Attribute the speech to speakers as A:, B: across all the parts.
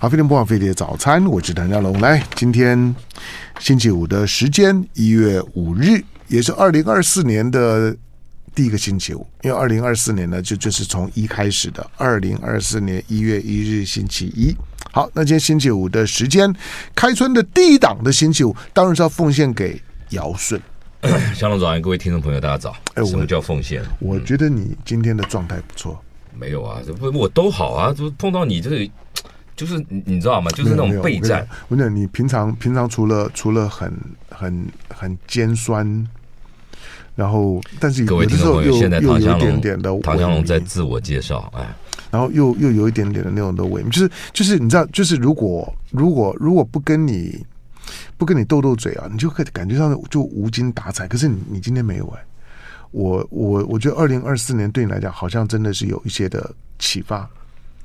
A: 好，飞碟播放飞碟早餐，我是谭家龙。来，今天星期五的时间，一月五日，也是二零二四年的第一个星期五。因为二零二四年呢，就就是从一开始的二零二四年一月一日星期一。好，那今天星期五的时间，开春的第一档的星期五，当然是要奉献给尧舜。
B: 香龙早安，各位听众朋友，大家早。
A: 哎我
B: 什么叫奉献？
A: 我觉得你今天的状态不错，
B: 没有啊，这不我都好啊，就碰到你这个，就是你你知道吗？就是那
A: 没
B: 种
A: 有没有
B: 备
A: 我
B: 战，
A: 跟你讲我跟你讲，你平常平常除了除了很很很尖酸，然后但是
B: 各
A: 有
B: 位
A: 的
B: 听
A: 时
B: 众
A: 候
B: 朋
A: 又
B: 友，现在
A: 又有
B: 唐
A: 一
B: 香
A: 点点的
B: 龙，唐香龙在
A: 萎靡
B: 自我介绍，哎，
A: 然后又又有一点点的那种的萎靡，就是就是你知道，就是如果如果如果不跟你不跟你斗斗嘴啊，你就可以感觉上就无精打采。可是你你今天没有哎、我我我觉得二零二四年对你来讲，好像真的是有一些的启发，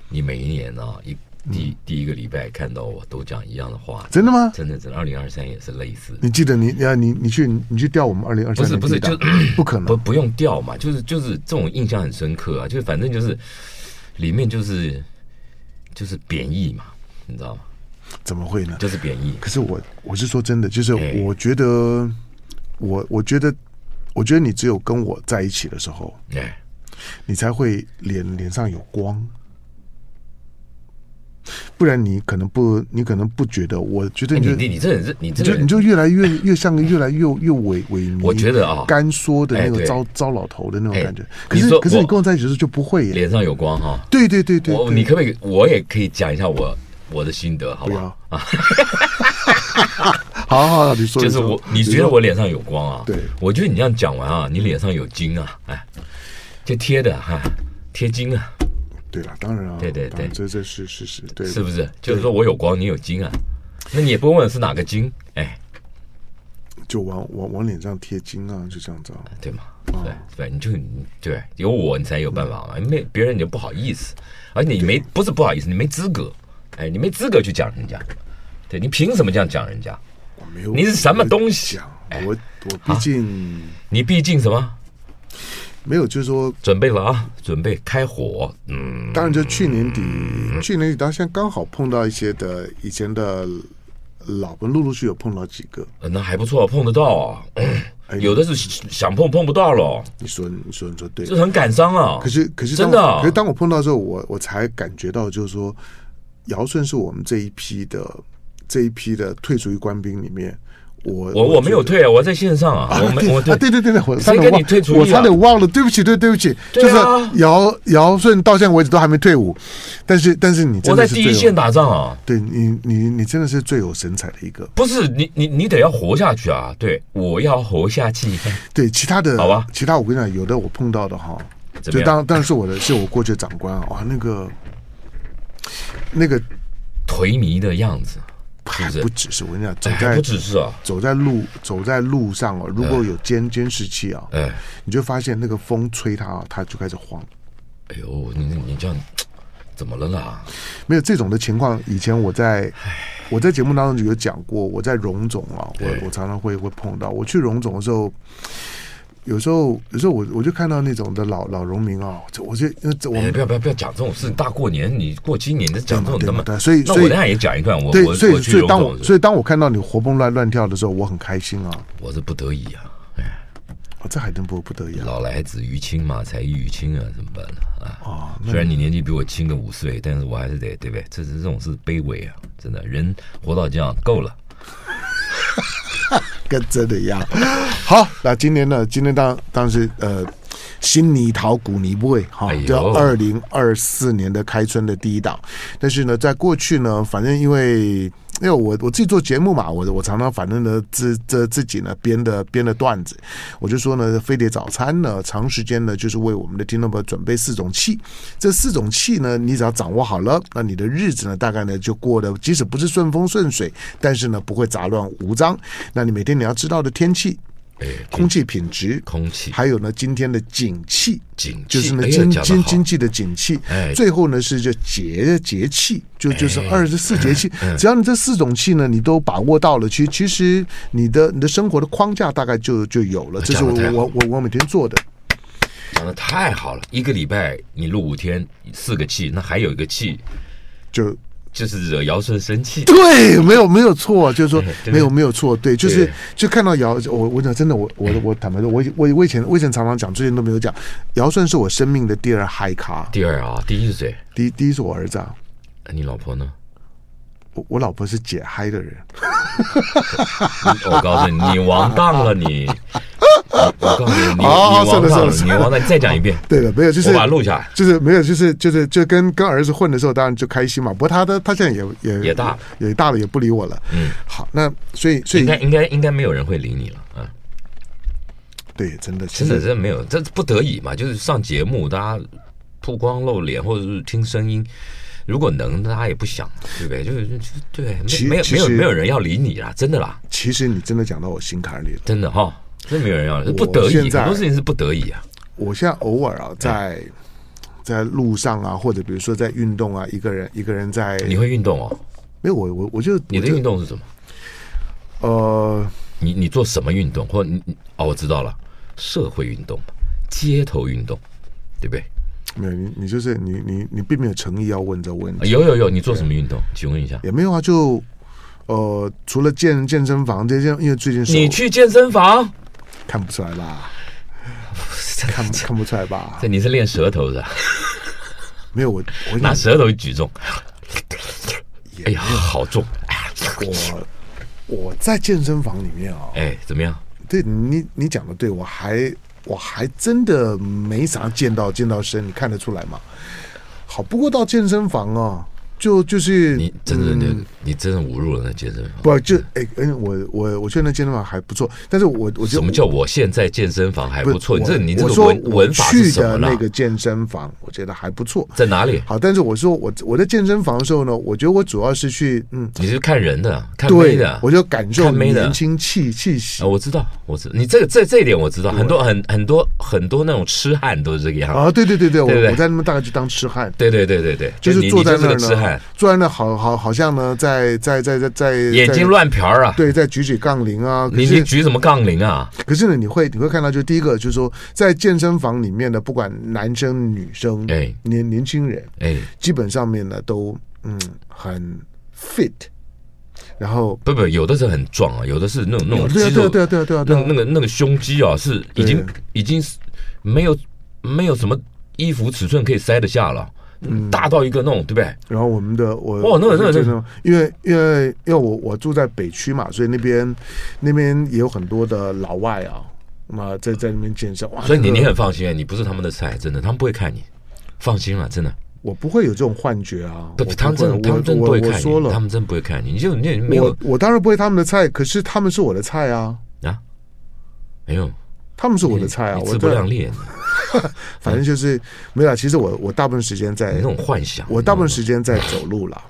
B: 你每一年啊，一
A: 嗯
B: 第第一个礼拜看到我都讲一样的话，
A: 真的吗？
B: 真的，真的，二零二三也是类似，
A: 你记得你啊你你去你去调我们二零二三年
B: 不是
A: 第一档
B: 不是就
A: 不可能
B: 不不用掉嘛，就是就是这种印象很深刻啊，就是反正就是里面就是就是贬义嘛，你知道吗？
A: 怎么会呢？
B: 就是贬义，
A: 可是我我是说真的，就是
B: 哎
A: 我觉得我我觉得我觉得你只有跟我在一起的时候，
B: 哎，
A: 你才会脸脸上有光。不然你可能不，你可能不觉得。我觉得
B: 哎
A: 你
B: 你
A: 就
B: 你你这人是你
A: 你
B: 这个
A: 就
B: 人
A: 你就越来越越像个越来越越萎萎靡，
B: 我觉得啊
A: 干缩的那
B: 哎
A: 个
B: 对
A: 糟糟老头的那种
B: 哎
A: 感觉。可是
B: 你说
A: 可是你
B: 我
A: 跟我在一起的时候就不会耶。
B: 脸上有光哈、
A: 对对对对
B: 我
A: 对
B: 你可不可以？我也可以讲一下我我的心得，好
A: 不
B: 不
A: 要 啊！
B: 好？
A: 好好，好你说
B: 就是我，你觉得我脸上有光啊？
A: 对
B: 我觉得你这样讲完啊，你脸上有金啊，哎，就贴的哈、贴金啊，
A: 对了，当然啊，
B: 对对
A: 当然
B: 对
A: 这这是事实，对，
B: 是不是？就是说我有光，你有金啊，那你也不问是哪个金，哎，
A: 就往往往脸上贴金啊，就这样子啊。
B: 对吗？对对，你就你对有我，你才有办法嘛，没别人你就不好意思，而你没不是不好意思，你没资格，哎，你没资格去讲人家，对你凭什么这样讲人家？
A: 我没有，
B: 你是什么东西哎
A: 讲？我我毕竟
B: 你毕竟什么？
A: 没有，就是说，
B: 准备了啊，准备开火。嗯，
A: 当然就去年底，去年底到现在刚好碰到一些的以前的老们陆陆续续有碰到几个。
B: 呃那还不错，碰得到、啊。
A: 哎
B: 有的是想碰碰不到了，
A: 你说你说你说对，
B: 这很感伤啊。
A: 可是可是当
B: 真的
A: 我
B: 啊
A: 可是当我碰到之后，我我才感觉到，就是说，尧舜是我们这一批的这一批的退出役官兵里面，我
B: 我我没有
A: 觉得
B: 退啊，我在线上啊，我没我
A: 啊，对对对对，我差
B: 谁
A: 点
B: 跟
A: 忘
B: 你退，出役啊
A: 我差点忘了，对不起，对对不起，
B: 对
A: 就是
B: 啊
A: 尧尧舜到现在为止都还没退伍，但是但是你真
B: 我
A: 的
B: 在
A: 是
B: 第
A: 最
B: 一
A: 有
B: 线，打仗啊。
A: 对你你你真的是最有神采的一个，
B: 不是你你你得要活下去啊！对，我要活下去。
A: 对其他的
B: 好吧
A: 其他我跟你讲，有的我碰到的哈，
B: 怎
A: 就
B: 么样？
A: 当当然是我的是我过去的长官啊，哇那个那个
B: 颓靡的样子，是
A: 还
B: 不是
A: 不只是我跟你讲，走
B: 哎还
A: 在
B: 不嗯只是啊，
A: 走在路走在路上哦，如果有监监视器啊，
B: 哎
A: 你就发现那个风吹它啊，它就开始晃。
B: 哎呦，你你你这样怎么了啦？
A: 没有这种的情况，以前我在我在节目当中有讲过，我在荣总啊，
B: 对
A: 我我常常会会碰到，我去荣总的时候。有时候，有时候我我就看到那种的老老农民啊，这我就因为这我
B: 哎，
A: 们
B: 不要不要不要讲这种事！大过年你过今年的讲这种
A: 对
B: 他
A: 嘛
B: 妈
A: 对嘛对所以
B: 那
A: 所以
B: 我当然也讲一段，我
A: 对
B: 我，
A: 所以
B: 我去
A: 所以
B: 荣
A: 当
B: 总
A: 我
B: 是
A: 所以当我看到你活蹦乱乱跳的时候，我很开心啊！
B: 我是不得已啊，
A: 啊这海登伯不得了
B: 老来子于亲嘛，才艺于亲啊，怎么办呢？啊，
A: 啊！
B: 虽然你年纪比我轻个五岁，但是我还是得对不对？这是这种是卑微啊，真的，人活到这样够了。
A: 跟真的一样。好，那今年呢？今年当当时呃，新泥陶古泥味哈
B: 哎，呦
A: 叫二零二四年的开春的第一档。但是呢，在过去呢，反正因为因为我我自己做节目嘛，我我常常反正呢自自自己呢编的编的段子，我就说呢，飞碟早餐呢，长时间呢就是为我们的听众朋友准备四种气，这四种气呢，你只要掌握好了，那你的日子呢，大概呢就过得即使不是顺风顺水，但是呢不会杂乱无章。那你每天你要知道的天气、
B: 哎，
A: 空气品质，
B: 空气
A: 还有呢今天的景气。
B: 景
A: 就
B: 气，
A: 是呢
B: 哎呀
A: 经
B: 讲得
A: 经
B: 好
A: 经济的景气
B: 哎，
A: 最后呢是这节节气，就就是二十四节气。
B: 嗯
A: 只要你这四种气呢，你都把握到了，其实其实你的你的生活的框架大概就就有了。这是我
B: 讲得太好
A: 我我我每天做的。
B: 讲的 太好了，一个礼拜你录五天，四个气，那还有一个气
A: 就
B: 就是惹尧舜生气。
A: 对，没有没有错，就是说
B: 对 对
A: 没有没有错，对，就是
B: 对
A: 就看到尧，我我讲真的，我我我坦白说，我我我以前我以前常常讲，之前都没有讲，尧舜是我生命的第二嗨咖，
B: 第二啊，第一是谁？
A: 第一第一是我儿子啊，
B: 你老婆呢？
A: 我我老婆是解嗨的人，
B: 我告诉你，你王荡了 你！我告诉你，你你
A: 哦
B: 王
A: 算了
B: 荡
A: 算
B: 了
A: 了，
B: 你
A: 算了
B: 王荡！你再讲一遍，
A: 对的，没有就是
B: 我把它录下来。
A: 就是没有，就是就是就跟跟儿子混的时候，当然就开心嘛。不过他的他现在也也
B: 也大了
A: 也大了，也不理我了。
B: 嗯，
A: 好，那所以所
B: 应
A: 以
B: 该应该应该没有人会理你了啊！
A: 对，真的，其
B: 真的
A: 实
B: 真的没有，这不得已嘛，就是上节目大家曝光露脸，或者是听声音。如果能，大家也不想，对不对？就是就
A: 其
B: 对，没没有
A: 其
B: 没有
A: 实
B: 没有人要理你啦，真的啦，
A: 其实你真的讲到我心坎里了。
B: 真的哈，真没有人要，理，不得已，
A: 现
B: 很
A: 在
B: 多事情是不得已啊。
A: 我现在偶尔啊，
B: 嗯
A: 在在路上啊，或者比如说在运动啊，一个人一个人在，
B: 你会运动哦？
A: 没有我我我就
B: 你
A: 哎我
B: 的
A: 就
B: 运动是什么？
A: 呃，
B: 你你做什么运动？或你你哦，我知道了，社会运动嘛，街头运动，对不对？
A: 没有你你就是你你你并没有诚意要问这个问
B: 啊
A: 题，
B: 有有有，你做什么运动？请问一下，
A: 也没有啊，就呃，除了健健身房这些，因为最近手
B: 你去健身房？
A: 看不出来吧？看不看不出来 吧
B: 这？你是练舌头 是吧？
A: 没有我，我
B: 拿
A: 讲
B: 舌头举重，哎呀，好重！
A: 哎我我在健身房里面啊、
B: 哎，怎么样？
A: 对你你讲的对，我还我还真的没啥见到见到身，你看得出来吗？好，不过到健身房啊，就就是
B: 你真的
A: 嗯
B: 你你真的侮辱了那健身房。
A: 不就哎哎，我我我觉得那健身房还不错，但是我我觉得
B: 什么叫我现在健身房还不错？
A: 我
B: 你这你这
A: 我
B: 个
A: 说
B: 文
A: 我
B: 文法是
A: 去
B: 什
A: 的
B: 么啦
A: 那？个健身房，我觉得还不错。
B: 在哪里？
A: 好，但是我说我我在健身房的时候呢，我觉得我主要是去嗯
B: 你是看人的，看
A: 对
B: 妹的。
A: 我就感受
B: 看妹的
A: 年轻气气息
B: 啊，我知道，我知道，你这个这这一点我知道，很多很很多很多那种痴汉都是这个样子。
A: 啊！对对对对，我
B: 对对
A: 我在那边大概就当痴汉，
B: 对对对对对，
A: 就是
B: 你
A: 坐在
B: 你
A: 那
B: 就
A: 儿
B: 是个痴
A: 呢
B: 汉，，
A: 坐在那儿好好好像呢，在在在在在
B: 眼睛，乱瞟儿啊
A: 在！对，在举举杠铃啊。可
B: 你你
A: 是
B: 举什么杠铃啊？
A: 可是呢，你会你会看到，就第一个就是说，在健身房里面的，不管男生女生，
B: 哎
A: 年年轻人，
B: 哎，
A: 基本上面呢都嗯很 fit，然后
B: 不不，有的是很壮啊，有的是那种那种
A: 对啊
B: 肌
A: 对啊
B: 肉
A: 对啊对啊对啊对
B: 那
A: 啊
B: 那个那个胸肌啊，是已经已经是没有没有什么衣服尺寸可以塞得下了，
A: 嗯
B: 大到一个那种，对不对？
A: 然后我们的我
B: 哦那个
A: 我
B: 那个
A: 就觉得因为因为因为我我住在北区嘛，所以那边那边也有很多的老外啊，那在在那边健身哇，
B: 所以你
A: 那个
B: 你很放心啊，你不是他们的菜，真的，他们不会看你，放心了，真的。
A: 我不会有这种幻觉啊，
B: 不，
A: 我
B: 他们
A: 会
B: 真的他们真的
A: 我我
B: 不会
A: 我
B: 看
A: 说
B: 你，他
A: 了，
B: 们真的不会看你，你就你也没有
A: 我我当然不会他们的菜，可是他们是我的菜啊，
B: 啊，没有
A: 他们是我的菜啊，
B: 你
A: 我
B: 自不量
A: 对，
B: 力，嗯
A: 反正就是没有啦。其实我我大部分时间
B: 你
A: 在
B: 那种幻想，
A: 哎我大部分
B: 你
A: 时间在走路了，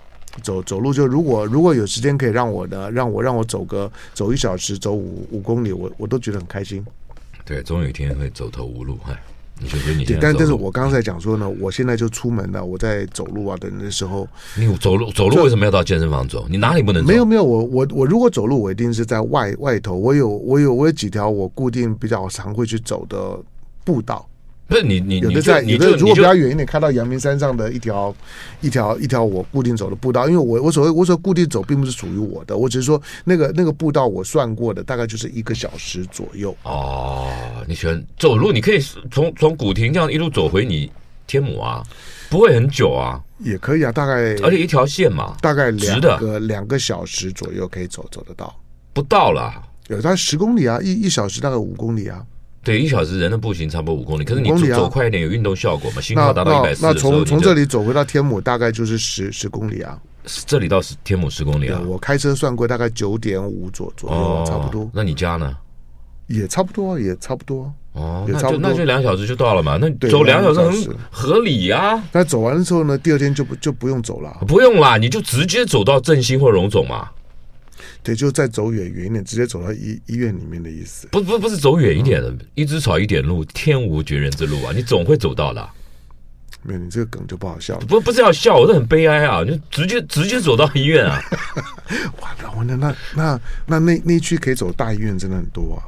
A: 走走路就如果如果有时间可以让我呢，让我让我走个走一小时，走五五公里，我我都觉得很开心。
B: 知道吗对，总有一天会走投无路，哎，你就觉得你
A: 对
B: 现，在
A: 但
B: 走
A: 但是
B: 路
A: 我刚才讲说呢，我现在就出门了，我在走路啊等的时候，
B: 你走路走路为什么要到健身房走？你哪里不能走？
A: 没有没有，我我我如果走路，我一定是在外外头，我有我有我有几条我固定比较常会去走的步道，
B: 不是你你
A: 有
B: 你
A: 的
B: 就
A: 在
B: 你
A: 有
B: 就
A: 的
B: 你
A: 如果比
B: 就
A: 较远一点，看到阳明山上的一条一条一条我固定走的步道，因为我我所谓我所谓固定走，并不是属于我的，我只是说那个那个步道我算过的，大概就是一个小时左右。
B: 哦，你喜欢走路，你可以从从古亭这样一路走回你天母啊，不会很久啊，
A: 也可以啊，大概
B: 而且一条线嘛，
A: 大概
B: 直
A: 两
B: 的
A: 个两个小时左右可以走走得到，
B: 不到啦。
A: 有大概十公里啊，一一小时大概五公里啊。
B: 对，一小时人的步行差不多五公里，可是你
A: 五
B: 走,、
A: 公里啊
B: 走快一点有运动效果嘛？心
A: 那
B: 跳达到一
A: 那
B: 百四
A: 那
B: 的时候，
A: 从从
B: 你
A: 这
B: 就
A: 里走回到天母大概就是十十公里啊。
B: 这里到十天母十公里
A: 对
B: 啊，
A: 我开车算过大概九点五左左右啊，差不多，
B: 那你家呢？
A: 也差不多，啊也差不多。
B: 哦，
A: 也
B: 那
A: 差
B: 就
A: 不多
B: 那就两小时就到了嘛，那
A: 对
B: 走
A: 两
B: 两小时
A: 个小时
B: 很合理呀、啊，
A: 那走完之后呢，第二天就不就不用走了啊，
B: 不用啦，你就直接走到振兴或荣总嘛，
A: 对，就再走远远一点，直接走到医医院里面的意思。
B: 不不不是走远一点的，一枝草一点路，天无绝人之路啊，你总会走到的啊。
A: 没有，你这个梗就不好 笑了。
B: 不不是要笑，我是很悲哀啊！你就直接直接走到医院啊，
A: 哇，那那那那那那那区可以走大医院真的很多啊，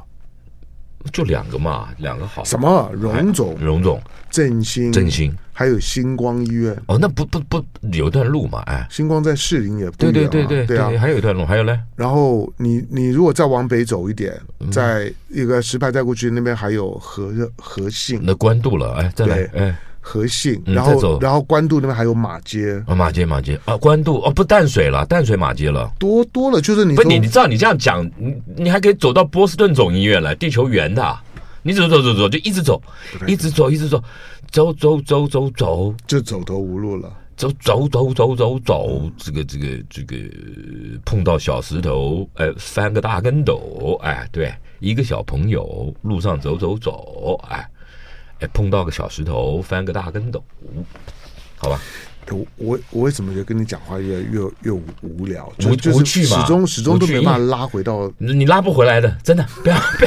B: 就两个嘛，两个好。
A: 什么荣总、
B: 哎荣总、
A: 振兴、
B: 嗯振兴，
A: 还有星光医院，
B: 哦，那不不不，有一段路嘛，哎，
A: 星光在士林也不
B: 对
A: 远、
B: 对
A: 啊，
B: 对对
A: 对啊。
B: 还有一段路，还有嘞，
A: 然后你你如果再往北走一点，
B: 嗯
A: 在一个石牌再过去那边还有和和信
B: 那官渡了，哎，再来，哎，
A: 和信，
B: 嗯
A: 然
B: 再
A: 后
B: 走
A: 然后官渡那边还有马街，
B: 啊马街马街啊，官渡哦，不淡水了，淡水马街了。
A: 多多了就是你
B: 不，
A: 说
B: 你你照你这样讲，你你还可以走到波士顿总医院来，地球圆的啊，你走走走走，就一直走，一直走，一直走，走走走走走
A: 就走投无路了。
B: 走走走走走走，这个这个这个呃碰到小石头，哎、翻个大跟斗，哎，对，一个小朋友路上走走走，哎，哎，碰到个小石头，翻个大跟斗，好吧，
A: 我我我为什么就跟你讲话越越越无无聊，
B: 无
A: 就就
B: 无
A: 是
B: 趣
A: 始
B: 嘛
A: 终始终都
B: 无趣
A: 没办法拉回到。
B: 你你拉不回来的，真的，不要不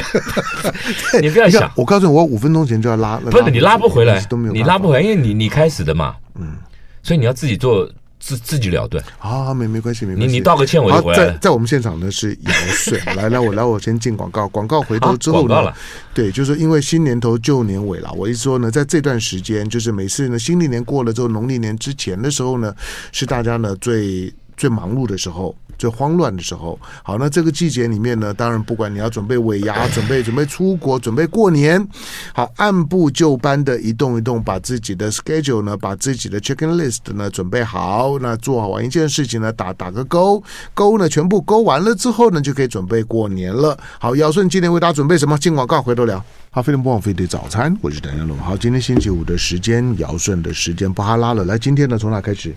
B: 要，你不要
A: 你
B: 想
A: 看，，我告诉你，我五分钟前就要拉，
B: 哎不是你拉不回
A: 一
B: 来
A: 直都没，有，
B: 你拉不回来，因为你你开始的嘛，嗯，所以你要自己做自自己了断，
A: 啊，没没关系，没
B: 你
A: 关系。
B: 你道个歉我就
A: 好
B: 回来
A: 在
B: 了。
A: 在我们现场呢是姚顺， 来来我来我先进广告，广告回头
B: 啊
A: 之后
B: 广告
A: 呢
B: 了，
A: 对，就是因为新年头旧年尾了，我一说呢，在这段时间，就是每次呢新历年过了之后，农历年之前的时候呢，是大家呢最最忙碌的时候。最慌乱的时候，好，那这个季节里面呢，当然不管你要准备尾牙，准备准备出国，准备过年，好，按部就班的一动一动，把自己的 schedule 呢，把自己的 checking list 呢准备好，那做好完一件事情呢，打打个勾，勾呢全部勾完了之后呢，就可以准备过年了。好，尧舜今天为大家准备什么？进广告，回头聊。好，非常不枉费的早餐，我是谭家龙。好，今天星期五的时间，尧舜的时间，巴哈拉了。来，今天呢，从哪开始？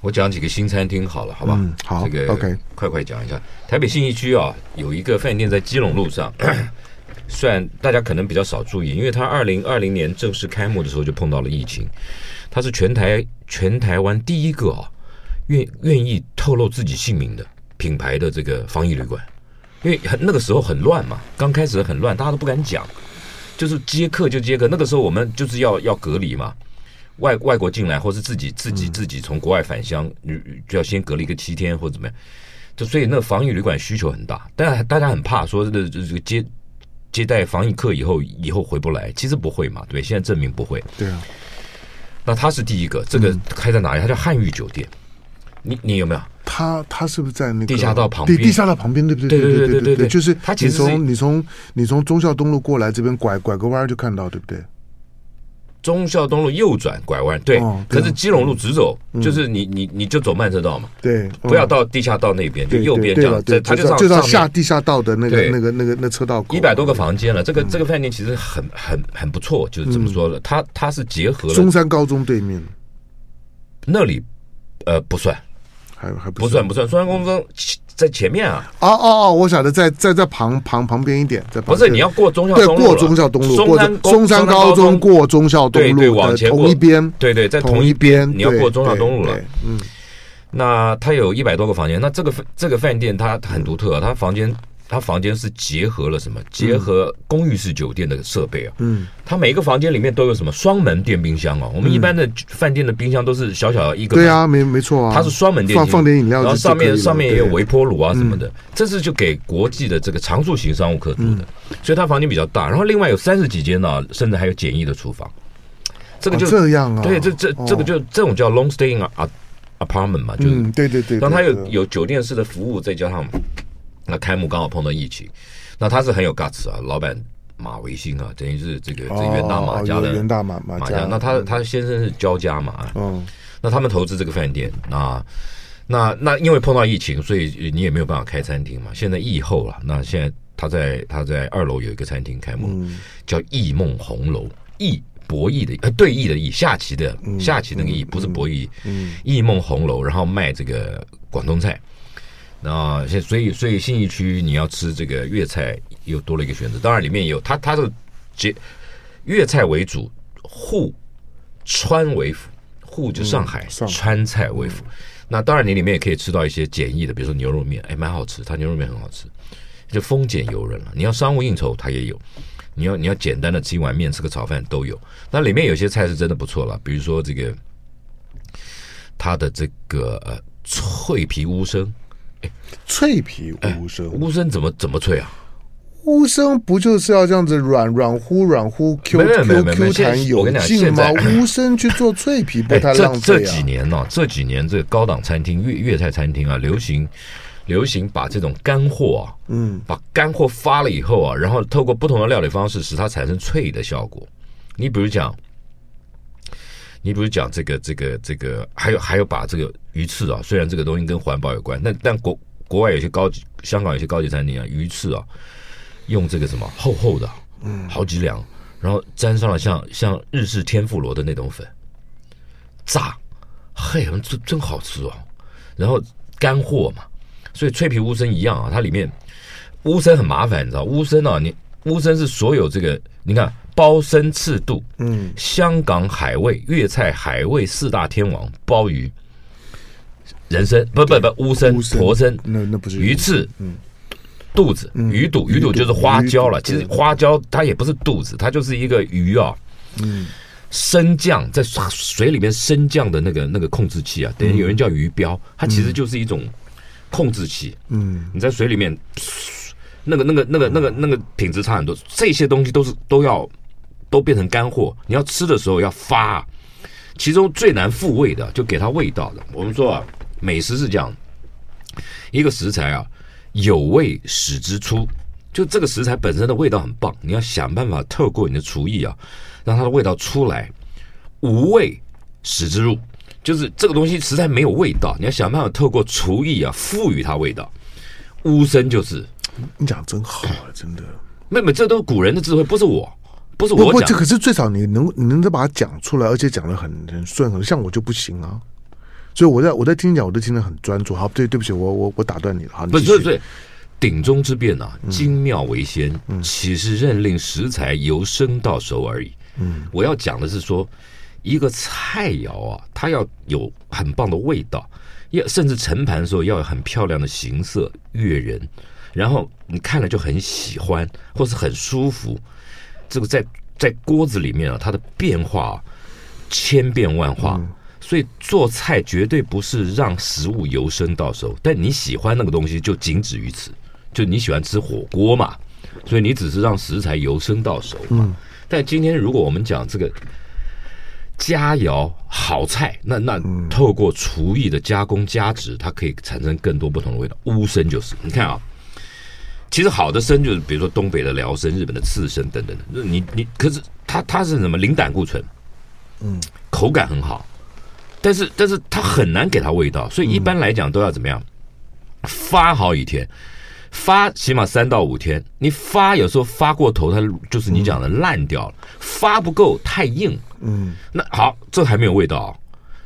B: 我讲几个新餐厅好了，好吧？
A: 嗯好
B: 这个
A: OK
B: 快快讲一下。台北信义区啊，有一个饭店在基隆路上， 虽然大家可能比较少注意，因为它二零二零年正式开幕的时候就碰到了疫情，它是全台全台湾第一个啊，愿愿意透露自己姓名的品牌的这个防疫旅馆，因为很那个时候很乱嘛，刚开始很乱，大家都不敢讲，就是接客就接客。那个时候我们就是要要隔离嘛，外外国进来或是自
A: 嗯
B: 己自己自己从国外返乡，你就要先隔离个七天或者怎么样。就所以那防疫旅馆需求很大，但大家很怕说这这这个接接待防疫客以后以后回不来，其实不会嘛，对，现在证明不会。
A: 对啊，
B: 那他是第一个，这
A: 嗯
B: 个开在哪里？他叫汉玉酒店。你你有没有？
A: 他他是不是在那个
B: 地下道旁
A: 对，
B: 边
A: 地下道旁边，对不对？
B: 对对
A: 对
B: 对对
A: 对
B: 对对
A: 就是
B: 它其实
A: 你
B: 是
A: 从你从你从忠孝东路过来这边拐拐个弯儿就看到，对不对？
B: 忠孝东路右转拐弯，对。
A: 哦对啊
B: 可是基隆路直走，就是你你你就走慢车道嘛，
A: 对，嗯
B: 不要到地下道那边，就
A: 对
B: 右
A: 对
B: 边这
A: 对
B: 样
A: 了，，对，
B: 他
A: 就到
B: 上
A: 就到
B: 上面
A: 下地下道的那个
B: 对
A: 那个那个那车道口，
B: 一百多个房间了，这
A: 嗯
B: 个这个饭店其实很很很不错，就是怎么说呢？它它是结合了
A: 中山高中对面，
B: 那里，呃，不算
A: 还还
B: 不算不算，中山高中在前面啊，
A: 哦哦哦，我晓得在在在旁旁旁边一点，在旁
B: 不是你要过中校
A: 啊对
B: 东路了，
A: 过忠孝东路，
B: 中
A: 过
B: 山
A: 中中山高中
B: 过，
A: 过中校东
B: 对对，
A: 路
B: 往
A: 的
B: 前
A: 同
B: 过
A: 一边，
B: 对对，在
A: 同
B: 一
A: 边，
B: 你要
A: 对
B: 过中校
A: 对
B: 东路了
A: 对。嗯，
B: 那它有一百多个房间，那这个这个饭店它很独特、啊，它房间它房间是结合了什么？结合公寓式酒店的设备啊。
A: 嗯，
B: 它每一个房间里面都有什么双门电冰箱哦、我们一般的饭店的冰箱都是小小一个，
A: 对，啊，没没错啊，
B: 它是双门电
A: 放
B: 冰
A: 放点饮料
B: 然后
A: 就，
B: 上
A: 就可
B: 面
A: 以了
B: 上面也有
A: 对嗯
B: 微波炉啊什么的，这是就给国际的这个常住型商务客住的，所以它房间比较大。然后另外有三十几间呢、甚至还有简易的厨房，这个
A: 哦
B: 就、
A: 这样啊，
B: 对，这这这个
A: 哦
B: 就这种叫 long staying a- a- apartment 嘛，就是
A: 嗯，对对对，
B: 当
A: 对
B: 它有
A: 对
B: 有酒店式的服务，再加上那开幕刚好碰到疫情，那他是很有 guts 啊，老板马维新啊，等于是这个这
A: 哦
B: 元大马家
A: 哦
B: 的
A: 元大马马
B: 马
A: 家
B: 家，，那他他先生是焦家嘛，啊
A: 嗯，
B: 那他们投资这个饭店啊。那那因为碰到疫情，所以你也没有办法开餐厅嘛。现在疫后了，那现在他在他在二楼有一个餐厅开幕，叫“弈梦红楼”，弈博弈的呃对弈的弈，下棋的下棋那个弈，不是博弈。
A: 嗯
B: 弈梦红楼，然后卖这个广东菜。那现所以所以信义区你要吃这个粤菜又多了一个选择，当然里面也有它它的结粤菜为主，沪川为辅，沪就上海，
A: 嗯上海嗯
B: 川菜为辅。那当然你里面也可以吃到一些简易的，比如说牛肉面，哎，蛮好吃，它牛肉面很好吃，就丰俭由人了。你要商务应酬，它也有。你要你要简单的吃一碗面，吃个炒饭都有。那里面有些菜是真的不错了，比如说这个它的这个呃脆皮乌参，
A: 脆皮无声，
B: 哎乌参怎么怎么脆啊？
A: 呼声不就是要这样子软软呼软呼 Q
B: 没有没有
A: Q
B: 没有
A: Q
B: 现在
A: 弹
B: 我
A: 有
B: 跟你讲
A: 劲
B: 现
A: 吗
B: 在？
A: 呼声去做脆皮不
B: 哎，
A: 太
B: 这
A: 浪
B: 这
A: 费
B: 几
A: 啊。
B: 年呢、哦这几年这个高档餐厅、粤粤菜餐厅啊，流行流行把这种干货啊，
A: 嗯，
B: 把干货发了以后啊，然后透过不同的料理方式，使它产生脆的效果。你比如讲，你比如讲这个这个这个，还有还有把这个鱼翅啊，虽然这个东西跟环保有关，但但国国外有些高级，香港有些高级餐厅啊，鱼翅啊，用这个什么厚厚的，嗯，好几两，然后沾上了像像日式天妇罗的那种粉，炸，嘿，真真好吃哦。然后干货嘛，所以脆皮乌参一样啊，它里面乌参很麻烦，你知道，乌参啊，你乌参是所有这个，你看包参赤肚，
A: 嗯，
B: 香港海味、粤菜海味四大天王，鲍鱼、人参，不不不，乌参
A: 乌、参
B: 婆参、
A: 那那不是嗯
B: 鱼翅，肚子，鱼肚，鱼肚就是花椒了。
A: 鱼肚
B: 其实花椒它也不是肚子，它就是一个鱼啊。
A: 嗯
B: 升降在水里面升降的那个那个控制器啊，等
A: 嗯
B: 于有人叫鱼标，它其实就是一种控制器。
A: 嗯，
B: 你在水里面，那个那个那个那个那个品质差很多。这些东西都是都要都变成干货，你要吃的时候要发。其中最难复味的，就给它味道的。我们说啊，美食是这样，一个食材啊，有味始之出，就这个食材本身的味道很棒，你要想办法透过你的厨艺啊，让它的味道出来。无味始之入，就是这个东西实在没有味道，你要想办法透过厨艺啊，赋予它味道。乌参就是，
A: 你讲真好啊，真的。
B: 妹妹，这都是古人的智慧，不是我，不是
A: 不
B: 我
A: 不，
B: 讲
A: 这。可是最少你能你能够把它讲出来，而且讲的很很顺很，像我就不行啊。所以我在我在听你讲，我都听得很专注。好，对对不起，我我我打断你了。好，你
B: 不
A: 继
B: 是，
A: 续
B: 所以所以鼎中之变啊，
A: 嗯
B: 精妙为先，岂是任令食材由生到熟而已。嗯，我要讲的是说，一个菜肴啊，它要有很棒的味道，要甚至盛盘的时候要有很漂亮的形色悦人，然后你看了就很喜欢，或是很舒服。这个在在锅子里面啊，它的变化、啊、千变万化。所以做菜绝对不是让食物由生到熟，但你喜欢那个东西就仅止于此，就你喜欢吃火锅嘛，所以你只是让食材由生到熟嘛。但今天如果我们讲这个佳肴好菜，那那透过厨艺的加工加值，它可以产生更多不同的味道。乌参就是，你看啊，其实好的参就是比如说东北的辽参、日本的刺参等等的，那你你可是它它是什么零胆固醇，嗯，口感很好，但是但是它很难给它味道，所以一般来讲都要怎么样发好几天。发起码三到五天，你发有时候发过头，它就是你讲的烂掉了；发不够太硬，
A: 嗯
B: 那好，这还没有味道、啊。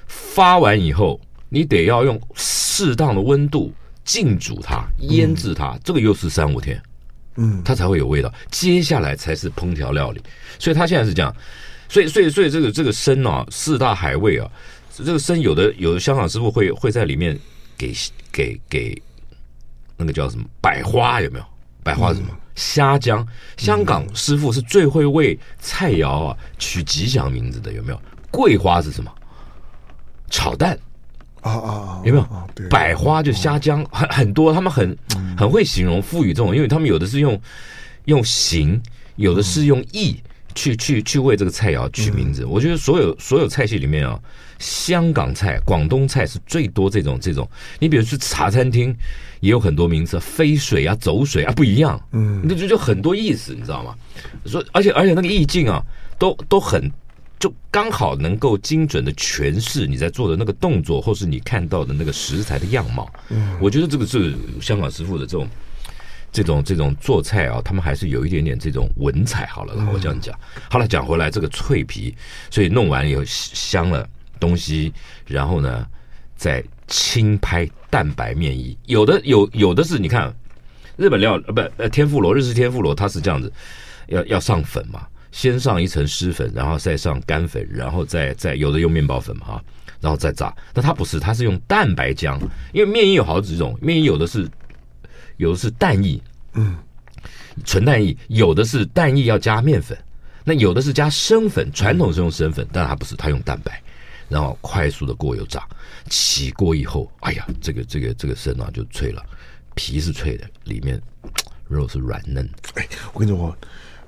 B: 发完以后，你得要用适当的温度浸煮它、腌制它，这个又是三五天，
A: 嗯
B: 它才会有味道。接下来才是烹调料理，所以它现在是这样。所以，所以，所以这个这个参啊，四大海味啊，这个参有的有的香港师傅会会在里面给给给那个叫什么百花有没有？百花是什么？虾浆。香港师傅是最会为菜肴啊取吉祥名字的，有没有？桂花是什么？炒蛋
A: 啊啊啊，
B: 有没有
A: 啊？对，嗯
B: 百花就虾浆，很很多，他们很很会形容赋予这种，因为他们有的是用用形，有的是
A: 嗯
B: 用意去去去为这个菜肴取名字。我觉得所有所有菜系里面啊，香港菜、广东菜是最多这种这种。你比如去茶餐厅，也有很多名字，飞水啊、走水啊不一样，嗯，那就就很多意思，你知道吗？所以而且而且那个意境啊，都都很就刚好能够精准的诠释你在做的那个动作，或是你看到的那个食材的样貌。我觉得这个是香港师傅的这种。这种这种做菜啊，他们还是有一点点这种文采。好了啦，我这样讲。好了，讲回来这个脆皮，所以弄完以后香了东西，然后呢，再轻拍蛋白面衣。有的有有的是，你看日本料呃不呃天妇罗日式天妇罗，它是这样子，要要上粉嘛，先上一层湿粉，然后再上干粉，然后再再有的用面包粉嘛哈，然后再炸。但它不是，它是用蛋白浆，因为面衣有好几种，面衣有的是有的是蛋液，嗯，纯蛋液，有的是蛋液要加面粉，那有的是加生粉，传统是用生粉，但它不是，它用蛋白。然后快速的过油炸，起锅以后，哎呀，这个这个这个参啊就脆了，皮是脆的，里面肉是软嫩。
A: 我跟你说，哦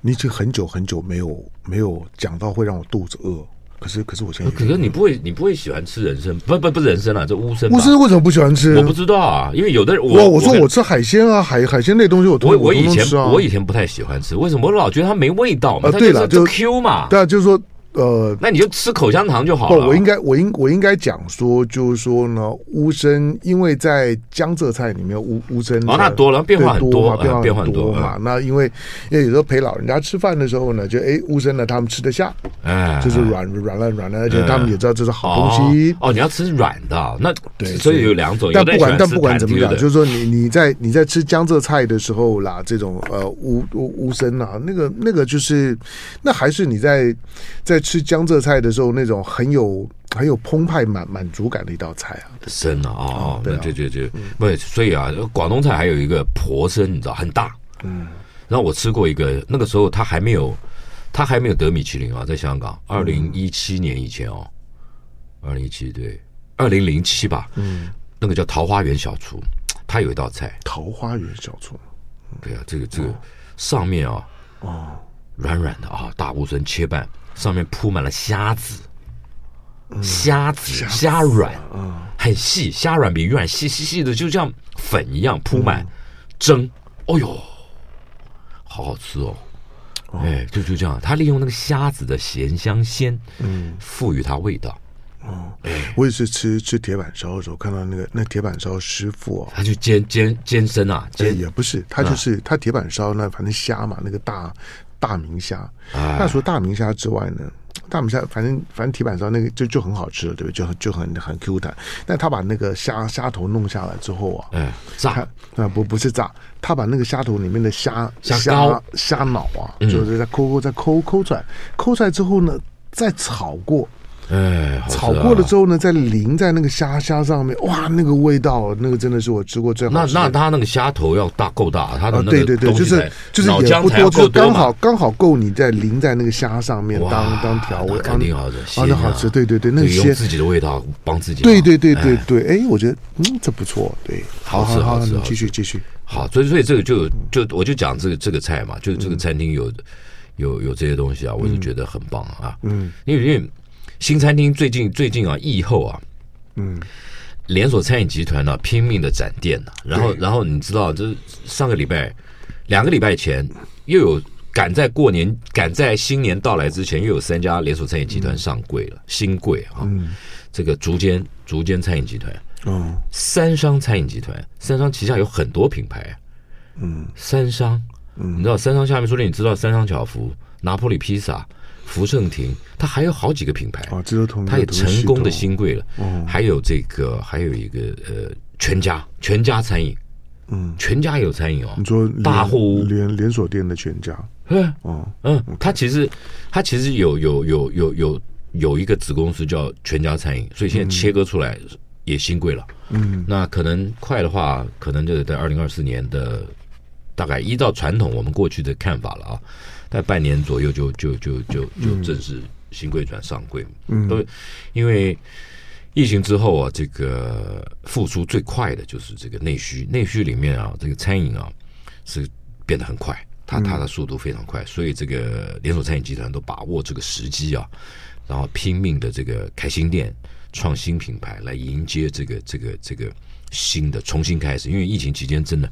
A: 你已经很久很久没有没有讲到会让我肚子饿，可是可是我现在
B: 呃可是你不会，你不会喜欢吃人参，不不不是人参啊，这乌参吧。
A: 我是为什么不喜欢吃
B: 我？不知道啊，因为有的人
A: 我
B: 我
A: 我说
B: 跟
A: 我吃海鲜啊，海海鲜类东西我都
B: 我
A: 我
B: 以
A: 都能
B: 前
A: 吃啊。
B: 我以前不太喜欢吃，为什么？我老觉得它没味道嘛，
A: 呃
B: 它
A: 对
B: 是
A: 了
B: 就
A: 就
B: Q 嘛。
A: 对啊，就是说呃，
B: 那你就吃口香糖就好
A: 不，
B: 了。
A: 我应该，我应我应该讲说，就是说呢，乌参因为在江浙菜里面，乌乌参
B: 哦那
A: 的
B: 多了变化很
A: 对
B: 多
A: 嘛
B: 哎
A: 变化
B: 变化很多
A: 多嘛。那因为因为有时候陪老人家吃饭的时候呢，就哎乌参呢他们吃得下，
B: 哎，
A: 就是软软烂软烂，而且他们也知道这是好
B: 哦
A: 东西。
B: 哦，你要吃软的啊，那
A: 对
B: 所以
A: 是
B: 有两种，
A: 但
B: 有的
A: 不管
B: 人喜欢
A: 但
B: 吃
A: 不管
B: 弹
A: 怎么
B: 丢
A: 讲，
B: 的
A: 就是说你你在你在吃江浙菜的时候啦，这种呃乌乌乌参啊，那个那个就是，那还是你在在吃江浙菜的时候那种很有很有澎湃满满足感的一道菜啊。
B: 参啊，哦哦，
A: 对
B: 那
A: 啊
B: 对对对，不是，所以啊，广东菜还有一个婆参，你知道很大，
A: 嗯，
B: 然后我吃过一个，那个时候它还没有，它还没有得米其林啊，在香港，
A: 嗯
B: 二零一七年以前哦，二零一七对，二零零七吧，
A: 嗯，
B: 那个叫桃花源小厨，它有一道菜，
A: 桃花源小厨
B: 对啊，这个这个上面啊，
A: 哦，
B: 软软的啊，大乌参切半，上面铺满了虾子，
A: 嗯
B: 虾子虾软，很细，虾软比鱼软细细细的，就像粉一样铺满，蒸，哦呦，好好吃哦。哎，就就这样，他利用那个虾子的咸香鲜，嗯，赋予它味道，
A: 我也是吃吃铁板烧的时候看到那个那铁板烧师傅啊。
B: 他就煎煎煎生啊，
A: 哎
B: 煎
A: 也不是，他就是、他铁板烧那反正虾嘛，那个大大明虾。
B: 啊
A: 那除了大明虾之外呢，大明虾反正反正铁板烧那个就就很好吃了，对不对？就很就很很 Q 弹。但他把那个虾虾头弄下来之后啊，
B: 哎
A: 他
B: 炸
A: 啊、不不是炸，他把那个虾头里面的虾
B: 虾膏嗯
A: 虾虾脑啊，就是在抠抠再抠抠出来，抠出来之后呢，再炒过。
B: 哎，好吃啊
A: 炒过了之后呢，再淋在那个虾虾上面，哇，那个味道，那个真的是我吃过最
B: 那
A: 好吃的。
B: 那他那个虾头要大够大，他的
A: 啊，
B: 那
A: 对
B: 个
A: 对对，
B: 东西
A: 就是
B: 才
A: 就是
B: 脑
A: 也
B: 浆
A: 不
B: 才要
A: 多，
B: 够
A: 就
B: 多
A: 刚
B: 嘛
A: 好刚好够你在淋在那个虾上面
B: 哇
A: 当当调味，
B: 那肯定
A: 啊
B: 好吃，
A: 啊，那好吃，对对对，那
B: 用
A: 些
B: 自己的味道帮自己嘛，
A: 对对对
B: 哎
A: 对对，哎，我觉得嗯，这不错，对，
B: 好吃
A: 好
B: 好吃
A: 你
B: 好
A: 继续继续，
B: 好，所以所以这个就
A: 嗯
B: 就我就讲这个这个菜嘛，就是这个餐厅有有有这些东西啊，我就觉得很棒啊，
A: 嗯
B: 因为因为新餐厅最近最近啊疫后啊，
A: 嗯，
B: 连锁餐饮集团呢、拼命的展店呢、然后然后你知道，就是上个礼拜两个礼拜前又有赶在过年赶在新年到来之前，又有三家连锁餐饮集
A: 嗯
B: 团上柜了，新柜啊，这个竹间竹间餐饮集团、
A: 哦，
B: 三商餐饮集团，三商旗下有很多品牌，啊
A: 嗯，
B: 三商，你知道三商下面说的，你知道三商巧福、拿破里披萨、福盛亭，它还有好几个品牌，
A: 啊，这都同一个
B: 它也
A: 同一个
B: 成功的嗯
A: 系嗯
B: 新贵了。还哦有这个，还有一个呃，全家，全家餐饮，
A: 统，嗯，
B: 全家也有餐饮哦
A: 你。说连
B: 大户屋
A: 连连锁店的全家，
B: 嗯
A: 哦，
B: 嗯，它其实它其实有有有有有有一个子公司叫全家餐饮，所以现在切割出来也新贵了。
A: 嗯，
B: 那可能快的话，可能就得在二零二四年的大概依照传统我们过去的看法了啊，在半年左右就就就就就正式新贵转上柜，
A: 嗯
B: 都因为疫情之后啊，这个复苏最快的就是这个内需，内需里面啊，这个餐饮啊是变得很快，它它
A: 嗯
B: 的速度非常快，所以这个连锁餐饮集团都把握这个时机啊，然后拼命的这个开新店、创新品牌来迎接这个这个这个新的重新开始，因为疫情期间真的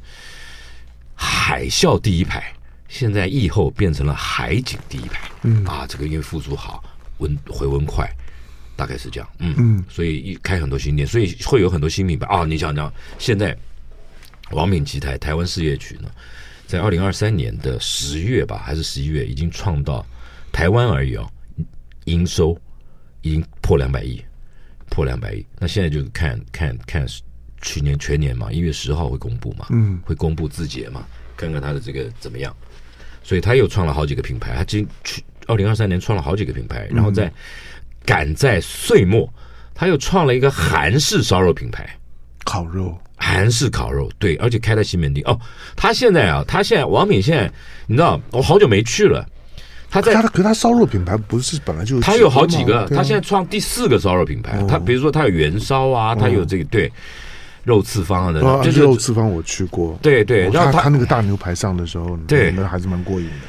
B: 海啸第一排，现在疫后变成了海景第一排，嗯啊，这个因为复苏好，温回温快。大概是这样，嗯嗯，所以一开很多新店，所以会有很多新品牌啊、你想想，现在王敏集台台湾事业曲呢，在二零二三年的十月吧，还是十一月，已经创到台湾而已哦，营收已经破两百亿，破两百亿。那现在就看看看去年全年嘛，一月十号会公布嘛，
A: 嗯，
B: 会公布字节嘛，看看它的这个怎么样。所以他又创了好几个品牌，他今去二零二三年创了好几个品牌，然后在赶在岁末，他又创了一个韩式烧肉品牌。
A: 烤肉，
B: 韩式烤肉，对，而且开在西门町哦。他现在啊，他现在王敏现在，你知道，我好久没去了。他在
A: 他的可是他烧肉品牌不是本来就
B: 他有好几个，
A: 对啊哦
B: 他现在创第四个烧肉品牌。他比如说他有元烧啊，他有这个对，肉刺方啊等
A: 啊
B: 等，就是
A: 哦肉吃饭我去过，
B: 对对，
A: 我
B: 然
A: 看
B: 后他
A: 他那个大牛排上的时候，
B: 对
A: 那还是蛮过瘾的。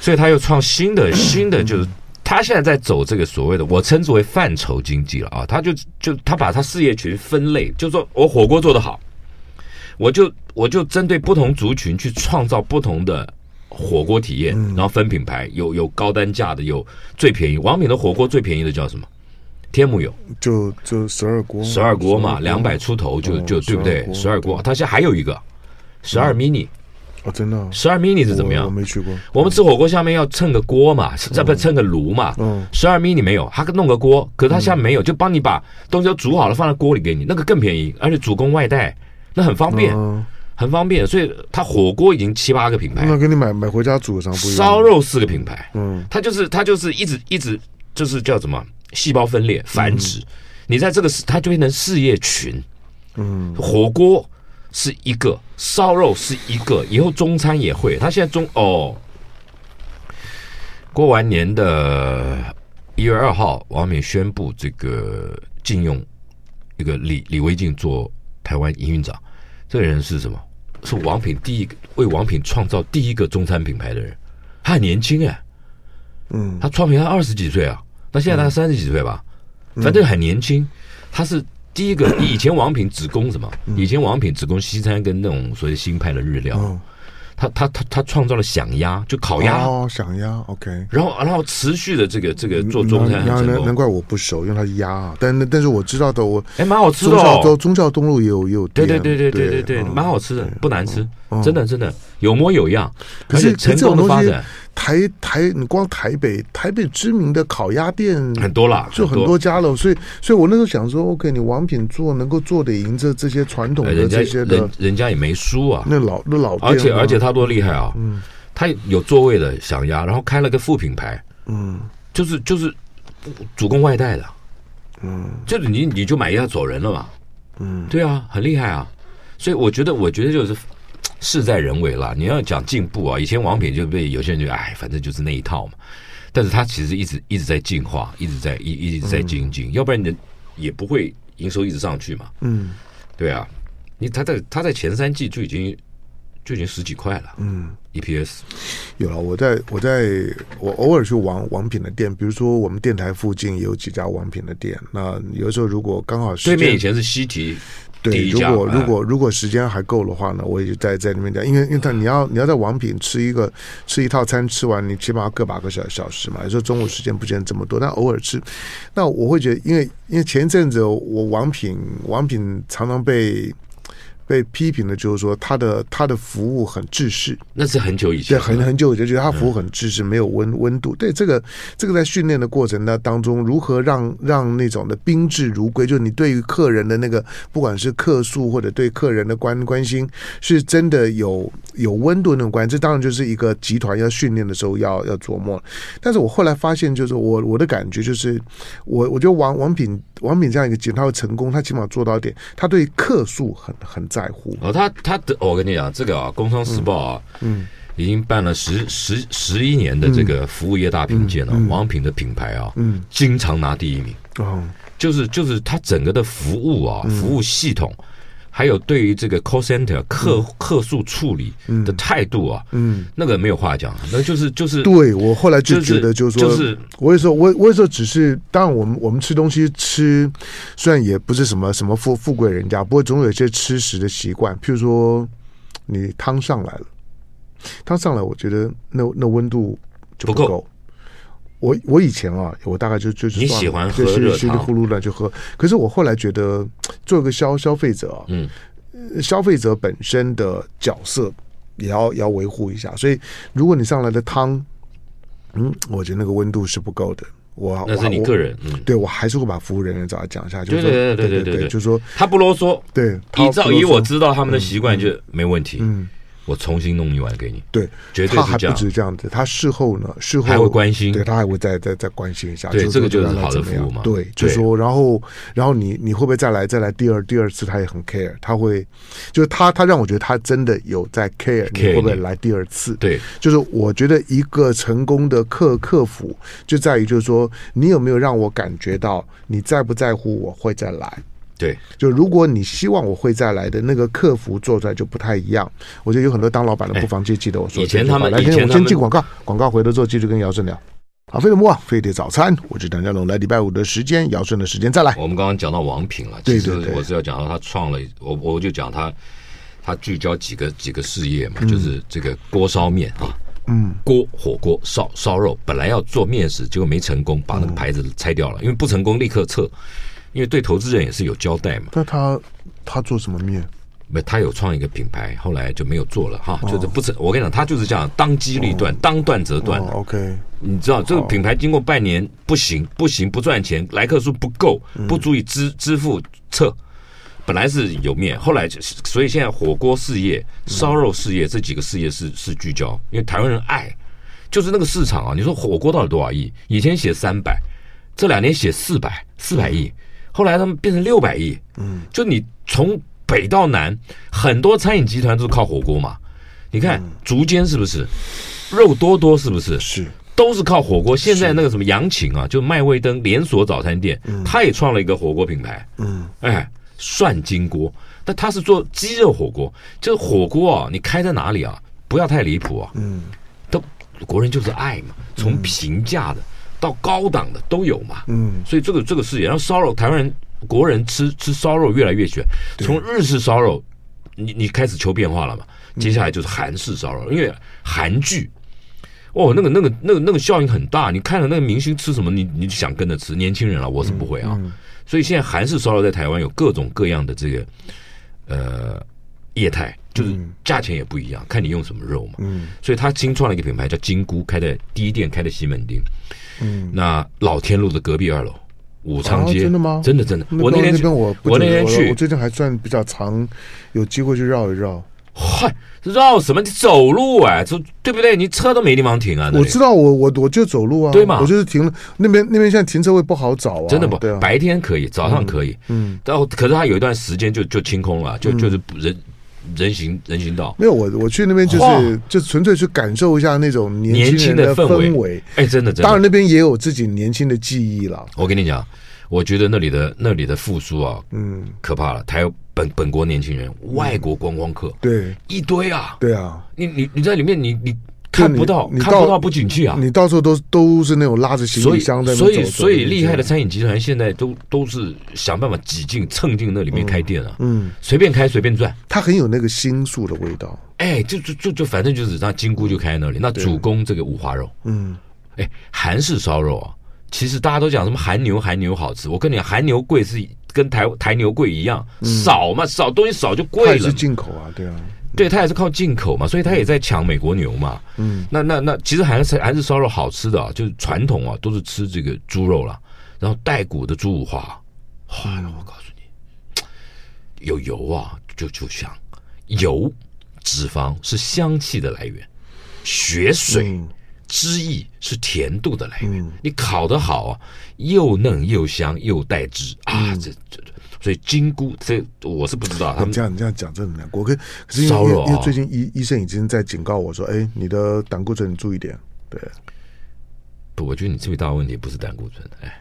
B: 所以他又创 新的新的，就是他现在在走这个所谓的我称之为范畴经济了啊，他就就他把他事业群分类，就说我火锅做得好，我就我就针对不同族群去创造不同的。火锅体验，
A: 嗯
B: 然后分品牌，有有高单价的，有最便宜。王品的火锅最便宜的叫什么？天母有
A: 就就十二锅，
B: 十二锅嘛，两百出头就
A: 哦
B: 就对不对？十
A: 12
B: 二
A: 锅
B: 锅，它现在还有一个十二 mini，
A: 哦，真的啊
B: 十二 mini 是怎么
A: 我
B: 样
A: 我？没去过，
B: 我们吃火锅下面要蹭个锅嘛，是这不蹭个炉嘛？
A: 嗯
B: 十二米你没有，他弄个锅，可是他下面没有，就帮你把东西都煮好了放在锅里给你，那个更便宜，而且主攻外带，那很方便，
A: 嗯，
B: 很方便。所以他火锅已经七八个品牌，
A: 那跟你买买回家煮的啥不一样？
B: 哎烧，肉四个品牌，
A: 嗯
B: 它就是它就是一直一直就是叫什么细胞分裂繁殖，你在这个它就变成事业群，
A: 嗯，
B: 火锅是一个，烧肉是一个，以后中餐也会。他现在中哦，过完年的一月二号，王冕宣布这个禁用一个李李维静做台湾营运长。这个人是什么？是王品第一个为王品创造第一个中餐品牌的人。他很年轻哎、
A: 嗯
B: 他创品他二十几岁啊，那现在大概三十几岁吧，反正很年轻。他是第一个，以前王品只供什么？以前王品只供西餐跟那种所谓新派的日料。
A: 嗯，
B: 他他他他创造了响鸭，就烤鸭，
A: 哦，想鸭，OK。
B: 然后然后持续的这个这个做中餐
A: 难
B: 很成
A: 难难
B: 功，
A: 怪我不熟，因为它是鸭啊，但但是我知道的，我
B: 哎，蛮好吃的
A: 忠孝
B: 哦
A: 东。忠孝东路也有也有
B: 对
A: 店，
B: 对对对对对对，
A: 嗯
B: 蛮好吃的，不难吃
A: 嗯，
B: 真的真的有模有样，
A: 可
B: 而
A: 是
B: 且成功的发展
A: 台台，你光台北台北知名的烤鸭店
B: 很多啦，
A: 就很多家了，所以所以我那时候想说，OK，你王品做能够做得赢这这些传统
B: 哎
A: 的
B: 人家
A: 这些的
B: 人人家也没输啊，
A: 那老那老店啊，嗯
B: 而且而且他多厉害啊！他有座位的想压，然后开了个副品牌，
A: 嗯
B: 就是就是主攻外带的，
A: 嗯
B: 就是你你就买一下走人了嘛。
A: 嗯
B: 对啊，很厉害啊！所以我觉得，我觉得就是事在人为啦。你要讲进步啊，以前王品就被有些人就哎，反正就是那一套嘛。但是他其实一直一直在进化，一直在一一直在精进，要不然人也不会营收一直上去嘛。
A: 嗯
B: 对啊，你他在他在前三季就已经就已经十几块了 E
A: 嗯，
B: EPS。
A: 有了，我在我在我偶尔去王王品的店，比如说我们电台附近也有几家王品的店，那有时候如果刚好时
B: 对
A: 间
B: 面以前是西提，第
A: 对，
B: 一
A: 如
B: 家
A: 果
B: 哎
A: 如果如果时间还够的话呢，我也就在在那边讲，因为因为他你要你要在王品吃一个吃一套餐吃完，你起码要个把个小小时嘛。有时候中午时间不见这么多，但偶尔吃，那我会觉得，因为因为前一阵子我王品王品常常被。被批评的就是说，他的他的服务很制式，
B: 那是很久以
A: 对，
B: 前了，
A: 很很久我就觉得他服务很制式，没有温温度。对，这个这个在训练的过程呢当中，如何让让那种的宾至如归，就是你对于客人的那个，不管是客诉或者对客人的关关心，是真的有有温度的那种关系。这当然就是一个集团要训练的时候要要琢磨。但是我后来发现，就是我我的感觉就是，我我觉得王王品王品这样一个集团他会成功，他起码做到一点，他对客诉很很在乎。
B: 哦，他他的、哦我跟你讲，这个啊，《工商时报》啊，
A: 嗯，
B: 已经办了十十十一年的这个服务业大评鉴了、啊王品的品牌啊，
A: 嗯，
B: 经常拿第一名，
A: 哦，
B: 就是就是它整个的服务
A: 嗯
B: 啊，服务系统。还有对于这个 call center 客客诉处理的态度啊，
A: 嗯。
B: 那个没有话讲，啊那就是就是
A: 对我后来就
B: 就是
A: 觉得，就是说，
B: 就是
A: 我有时候，我我有时候只是，当然我们我们吃东西吃，虽然也不是什么什么富富贵人家，不过总有一些吃食的习惯，譬如说你汤上来了，汤上来，我觉得那那温度就
B: 不够
A: 够。我我以前啊，我大概就就是
B: 你
A: 算了
B: 喜欢
A: 就
B: 喝
A: 稀
B: 热
A: 稀里
B: 汤
A: 呼噜的就喝，可是我后来觉得，做个消消费者啊，
B: 嗯，
A: 消费者本身的角色也要也要维护一下。所以，如果你上来的汤，嗯，我觉得那个温度是不够的。我
B: 那是你
A: 我
B: 个人，嗯，
A: 对我还是会把服务人员找他讲一下，就是
B: 对
A: 说
B: 对对对
A: 对
B: 对对对
A: 就是说
B: 他不啰嗦，
A: 对，他
B: 依照
A: 比如
B: 以我
A: 说
B: 知道他们的习惯就没问题，
A: 嗯，
B: 我重新弄一碗给你，
A: 对，
B: 绝对
A: 他
B: 是
A: 还
B: 这
A: 不
B: 样。
A: 止这样子，他事后呢，事后
B: 还会关心
A: 对他还会再再再关心一下，
B: 对
A: 是
B: 这
A: 说
B: 个就是
A: 让他
B: 好的
A: 怎么样
B: 服务嘛
A: 对，就
B: 对
A: 说然后然后你你会不会再来再来第二第二次？他也很 care，他会就是他他让我觉得他真的有在 care，你
B: care
A: 会不会
B: 你
A: 来第二次？
B: 对，
A: 就是我觉得一个成功的客客服就在于就是说你有没有让我感觉到你在不在乎我会再来。
B: 对，
A: 就如果你希望我会再来的那个客服做出来就不太一样。我觉得有很多当老板的不妨记记得我说
B: 以
A: 的这
B: 前
A: 句话。
B: 他们
A: 来，
B: 以前
A: 先我
B: 他
A: 先
B: 们
A: 进广告，广告回头之后继续跟姚顺聊。好，费德莫，费德早餐，我是谭家龙。来礼拜五的时间，姚顺的时间再来。
B: 我们刚刚讲到王品了，
A: 对
B: 其实
A: 对对
B: 我是要讲到他创了，我我就讲他他聚焦几个几个事业
A: 嗯
B: 嘛，就是这个锅烧面啊，嗯，锅火锅烧烧肉，本来要做面食，结果没成功，把那个
A: 嗯
B: 牌子拆掉了，因为不成功立刻撤，因为对投资人也是有交代嘛。
A: 那他他做什么面？
B: 没，他有创一个品牌，后来就没有做了哈，
A: 哦
B: 就是不成。我跟你讲，他就是这样，当机立断，当断则断。
A: 哦，OK，
B: 你知道这个品牌经过半年不行，不行，不赚钱，来客数不够，不足以支支付撤。本来是有面，后来就是所以现在火锅事业、烧肉事业这几个事业是是聚焦，因为台湾人爱，就是那个市场啊。你说火锅到底多少亿？以前写三百，这两年写四百，四百亿，后来他们变成六百亿。嗯，就你从北到南，很多餐饮集团都是靠火锅嘛。你看竹间是不是？肉多多是不是？
A: 是
B: 都是靠火锅。现在那个什么杨琴啊，就麦味登连锁早餐店，他也创了一个火锅品牌，嗯，哎，涮金锅，但他是做鸡肉火锅。这火锅啊，你开在哪里啊？不要太离谱啊，嗯，都国人就是爱嘛，从平价的到高档的都有嘛，
A: 嗯，
B: 所以这个这个事业，然后烧肉，台湾人国人吃吃烧肉越来越选，从日式烧肉，你你开始求变化了嘛。接下来就是韩式烧肉，因为韩剧哦，那个那个那个那个效应很大。你看了那个明星吃什么，你你就想跟着吃。年轻人啊，我是不会啊。所以现在韩式烧肉在台湾有各种各样的这个呃业态，就是价钱也不一样，看你用什么肉嘛。
A: 嗯
B: 所以他新创了一个品牌叫金菇，开在第一店开在西门町，
A: 嗯，
B: 那老天路的隔壁二楼武昌街、
A: 哦真的吗
B: 真的真的，我那
A: 边
B: 天
A: 那
B: 去，
A: 边我不
B: 我那
A: 久
B: 天去
A: 我最近还算比较常有机会去绕一绕。
B: 嗨，绕什么？你走路哎、走对不对？你车都没地方停啊！那
A: 我
B: 里
A: 知道，我我我就走路啊，
B: 对嘛
A: 我就是停了那边那边现在停车位不好找啊，
B: 真的不、
A: 对啊，
B: 白天可以，早上可以，
A: 嗯，
B: 然后可是他有一段时间就就清空了，就、就是人人行人行道，
A: 没有我我去那边就是
B: 哇
A: 就纯粹去感受一下那种年轻人
B: 年轻的氛围
A: 氛
B: 哎，真的真的
A: 当然，那边也有自己年轻的记忆了，
B: 我跟你讲，我觉得那里的那里的复苏啊，
A: 嗯，
B: 可怕了。台本本国年轻人、外国观光客
A: 对
B: 一堆啊，
A: 对啊，
B: 你你你在里面你你看不到
A: 你
B: 看
A: 到
B: 不到不景气啊。
A: 你到时候都都是那种拉着行
B: 所
A: 李
B: 以，
A: 箱在那
B: 所以，
A: 走
B: 所以厉害的，
A: 走
B: 餐饮集团现在都都是想办法挤进、蹭进那里面开店啊，
A: 嗯，
B: 随便开随便赚，
A: 它很有那个新宿的味道，
B: 哎，就就就就反正就是那金菇就开在那里，那主攻这个五花肉，
A: 嗯，
B: 哎，韩式烧肉啊，其实大家都讲什么韩牛，韩牛好吃。我跟你讲，韩牛贵是跟台台牛贵一样，少嘛，少东西少就
A: 它
B: 贵
A: 也
B: 了
A: 是
B: 嘛。
A: 进口啊，对啊，
B: 对，它也是靠进口嘛，所以它也在抢美国牛嘛。
A: 嗯，
B: 那那那，其实韩式韩式烧肉好吃的啊，就是传统啊，都是吃这个猪肉啦，然后带骨的猪五花。哇，我告诉你，有油啊，就就香，油、脂肪是香气的来源，血水。
A: 嗯
B: 汁液是甜度的来源。你烤得好啊，又嫩又香又带汁啊，这这这，所以金菇这我是不知道
A: 你
B: 他们
A: 嗯这样你这样讲真的难过，可可是因为
B: 骚扰啊
A: 因为最近医医生已经在警告我说，哎，你的胆固醇注意点，对，
B: 不，我觉得你最大的问题不是胆固醇，哎。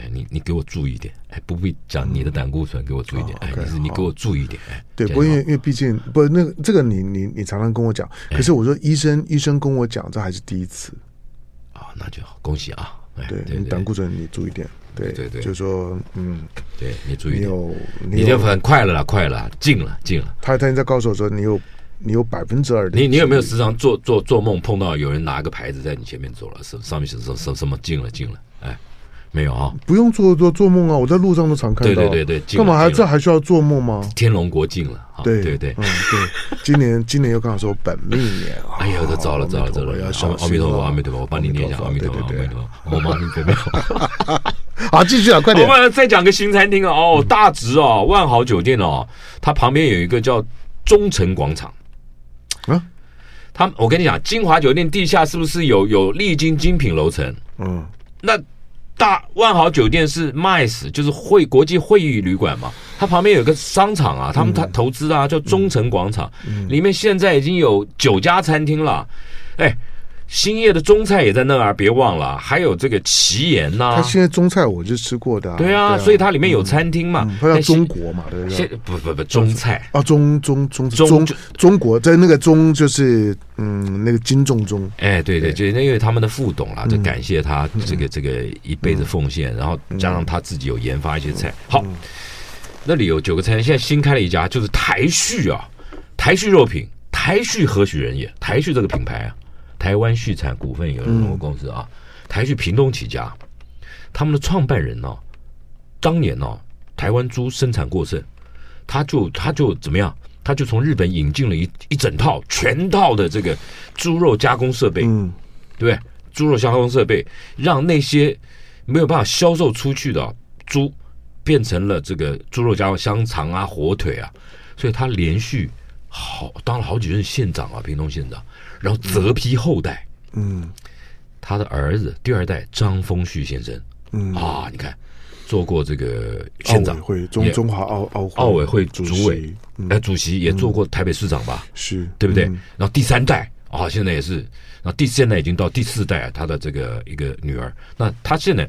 B: 哎，你你给我注意一点，哎，不必讲你的胆固醇，给我注意一点，哎，
A: 嗯 OK，
B: 你是你给我注意一点，哎，
A: 对，
B: 这
A: 不
B: 样
A: 过因为
B: 好
A: 因为毕竟不那个这个你你你常常跟我讲，可是我说医生医生跟我讲，这还是第一次，
B: 啊，那就好，恭喜啊，哎，
A: 对
B: 对
A: 你
B: 对
A: 胆固醇你注意点，对
B: 对对
A: 就说嗯，
B: 对，你注意一
A: 你
B: 点，
A: 有
B: 你
A: 你
B: 就
A: 有
B: 很快了啦，快了，进了进了。
A: 他他已经在告诉我说你有你有百分之二的，
B: 你你有没有时常做做做梦碰到有人拿个牌子在你前面走了，什上面什什什什么进了进了，哎，没有啊，
A: 不用做做做梦啊，我在路上都常看到，
B: 对对对对进
A: 干嘛
B: 了
A: 还
B: 进了
A: 这还需要做梦吗？
B: 天龙国进了啊，
A: 对
B: 对对
A: 嗯。对，今年今年又刚好是我本命年啊！
B: 哎呀，这糟了糟了糟了！
A: 要
B: 阿弥
A: 小
B: 阿弥
A: 心啊
B: 陀佛，
A: 了
B: 阿弥陀佛，我帮你念一下阿弥陀佛，阿
A: 对
B: 弥
A: 对
B: 陀佛，我帮你准 备好。
A: 对，好，继续啊，快点
B: 我，们再讲个新餐厅哦，哦大直哦，万豪酒店哦，它旁边有一个叫中诚广场。
A: 啊，
B: 他我跟你讲，金华酒店地下是不是有有丽晶精品楼层？
A: 嗯，
B: 那大万豪酒店是 MICE，就是会国际会议旅馆嘛，它旁边有个商场啊，他们他投资
A: 嗯
B: 啊，叫中诚广场，里面现在已经有九家餐厅了，哎。兴业的中菜也在那儿，别忘了，还有这个奇岩呐、
A: 它现在中菜我就吃过的、啊，
B: 啊对啊，所以它里面有餐厅嘛
A: 嗯，它叫
B: 但现
A: 中国嘛，对不
B: 现
A: 对？
B: 不不不中菜，
A: 啊，中中中
B: 中
A: 中
B: 就
A: 中国在那个中就是嗯，那个金仲中，
B: 哎，对对，
A: 对嗯
B: 就是因为他们的副董啦，就感谢他这个这个一辈子奉献，然后加上他自己有研发一些
A: 嗯
B: 菜。好，那里有九个餐，现在新开了一家，就是台旭啊，台旭肉品，台旭何许人也？台旭这个品牌啊，台湾旭产股份有限公司公司啊，台旭屏东起家，他们的创办人呢、当年呢、啊台湾猪生产过剩，他就他就怎么样？他就从日本引进了一一整套全套的这个猪肉加工设备，
A: 嗯，
B: 对不对？猪肉加工设备让那些没有办法销售出去的猪变成了这个猪肉加工香肠啊、火腿啊，所以他连续好当了好几任县长啊，屏东县长，然后择批后代，
A: 嗯
B: 他的儿子第二代张丰旭先生
A: 嗯，
B: 啊，你看做过这个县
A: 奥
B: 长
A: 委。会中
B: 也
A: 中华奥奥
B: 奥委会主
A: 席
B: 委
A: 嗯
B: 哎，主席也做过台北市长吧？
A: 是
B: 对不对？
A: 嗯
B: 然后第三代啊，现在也是，然后第现在已经到第四代，他的这个一个女儿，那他现在。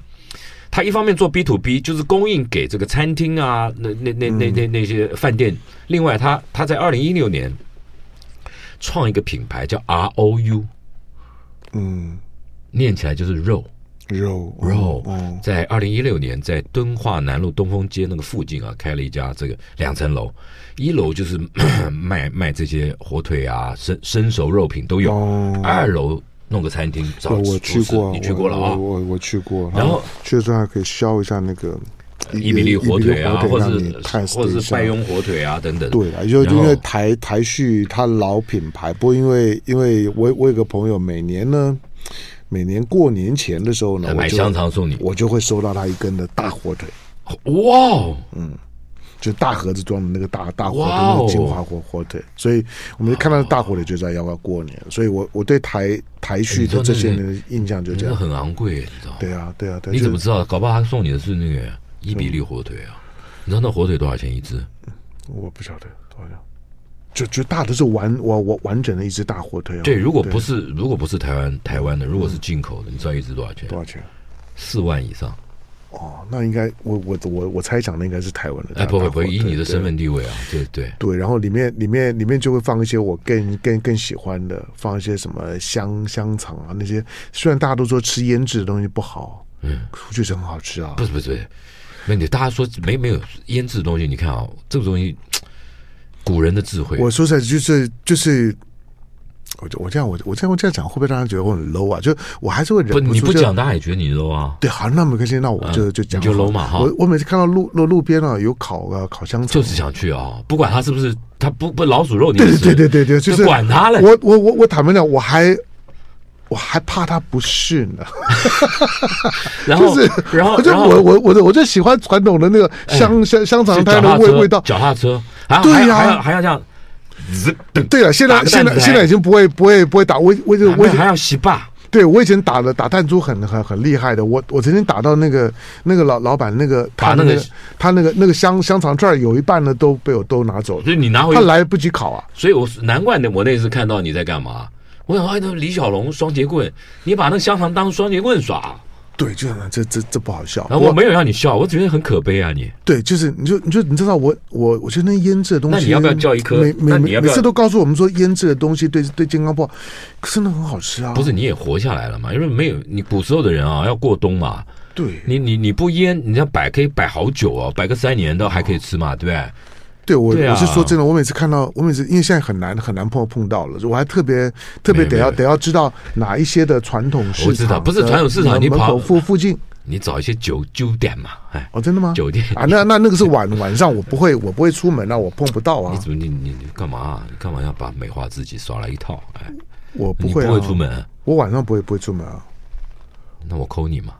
B: 他一方面做 B to B，就是供应给这个餐厅啊，那那那那那那些饭店。另外他，他在二零一六年创一个品牌叫 R O U，
A: 嗯，
B: 念起来就是肉
A: 肉
B: 肉。
A: 哦，
B: 在二零一六年，在敦化南路东风街那个附近啊，开了一家这个两层楼，一楼就是 卖卖这些火腿啊、生生熟肉品都有，
A: 哦
B: 二楼弄个餐厅，找
A: 对，我去
B: 厨师
A: 过，
B: 你去过了啊
A: 我？我我我去过，
B: 然后呃
A: 去的时候还可以削一下那个
B: 伊比利火腿啊，或
A: 让
B: 者
A: 你看
B: 是或者是拜
A: 用。
B: 佣火腿啊等等。
A: 对了，就
B: 然
A: 因
B: 后
A: 为台台旭它老品牌，不过因为因为我我有个朋友每年呢，每年过年前的时候呢，我
B: 买
A: 就
B: 香肠送你，
A: 我就会收到他一根的大火腿，
B: 哇哦，
A: 嗯就大盒子装的那个大大火腿，
B: 哇哦
A: 那个金华火火腿，所以我们就看到大火腿就知道要要过年，所以我我对台台旭
B: 哎你说
A: 的这些
B: 那
A: 年的印象就这
B: 真的
A: 样。
B: 很昂贵，你知道吗？
A: 对啊，对啊，对啊，
B: 你怎
A: 就嗯
B: 么知道？搞不好他送你的是那个伊比利火腿啊？你知道那火腿多少钱一只？
A: 我不晓得多少，就就大的是完我我完整的一只大火腿、啊。
B: 对，如果不
A: 对嗯
B: 是如果不是台湾台湾的，如果是进口的，你知道一只多少钱
A: 多？少钱？
B: 四万以上。
A: 哦，那应该我我我我猜想那应该是台湾的大。
B: 哎，不会
A: 大
B: 不
A: 火
B: 会，
A: 腿
B: 以你的身。
A: 对
B: 份地位啊，对对。
A: 对，然后里面里面里面就会放一些我更更更喜欢的，放一些什么香香肠啊那些。虽然大家都说吃腌制的东西不好，
B: 嗯，
A: 我觉得很好吃啊
B: 不。是不是，不是那你大家说没没有腌制的东西，你看啊、这个东西，古人的智慧，
A: 我说起来就是就是，我就我这样我我这样我这样讲会不会让人觉得我很 low 啊？就我还是会忍
B: 不
A: 住
B: 你不
A: 就
B: 讲，大家也觉得你 low 啊。
A: 对，好，那没关系，那我就、
B: 嗯
A: 就讲
B: 你就
A: 好
B: low 嘛哈
A: 我我每次看到路路路边啊有烤啊烤香肠，
B: 就是想去啊，不管他是不是，他不不老鼠肉你
A: 对
B: 也吃，
A: 对对对对，就是
B: 管他了。
A: 我我我我坦白讲，我还我还怕它不是呢，
B: 然后
A: 就是
B: 哦然后
A: 我就
B: 然后哎
A: 我我我就我就喜欢传统的那个香香香肠
B: 就
A: 摊
B: 脚
A: 的
B: 踏
A: 味
B: 车
A: 味道。
B: 脚踏车，还要
A: 对呀
B: 还要还要这样，滋噔
A: 对啊了，现
B: 打
A: 在
B: 个
A: 现
B: 蛋
A: 在
B: 仔
A: 现在已经不会不会不会打，我我就
B: 还
A: 我以
B: 要还
A: 前
B: 要洗把，
A: 对我以前打的打弹珠很很很厉害的，我我曾经打到那个那个老老板那个他
B: 把那
A: 那
B: 个
A: 个他那个那个香香肠串儿有一半呢都被我都拿走了，
B: 所以你拿回
A: 他，来不及烤啊。
B: 所以我难怪那我那次看到你在干嘛，我想哎，那李小龙双节棍，你把那个香肠当双节棍耍，
A: 对，就是这这这不好笑。
B: 然后我没有让你笑，我觉得很可悲啊你。
A: 对，就是你就你就你知道我我我觉得那腌制的东西，
B: 那你要不要叫一颗
A: 每每
B: 那你
A: 每
B: 要不
A: 每
B: 要
A: 次都告诉我们说腌制的东西对对健康不好，可是那很好吃啊。
B: 不是你也活下来了嘛？因为没有你古时候的人啊，要过冬嘛，
A: 对
B: 你你你不腌，你要摆可以摆好久哦，摆个三年都还可以吃嘛，对不对？
A: 对，我
B: 对啊
A: 我是说真的，我每次看到我每次因为现在很难很难碰碰到了，我还特别特别
B: 没有
A: 得要
B: 没有
A: 得要知道哪一些的传统市场
B: 我知道不是
A: 的
B: 传统市场
A: 门
B: 你
A: 门
B: 跑
A: 口附附近
B: 你找一些酒酒店嘛，哎，
A: 哦，真的吗？
B: 酒店
A: 啊，那那那个是晚晚上，我不会我不会出门啊，我碰不到
B: 你
A: 啊，
B: 怎么你你你干嘛啊、你干嘛要把美化自己耍了一套？哎，
A: 我
B: 你
A: 会
B: 不
A: 啊，
B: 会出门，
A: 我晚上不会不会出门啊。
B: 那我抠你嘛？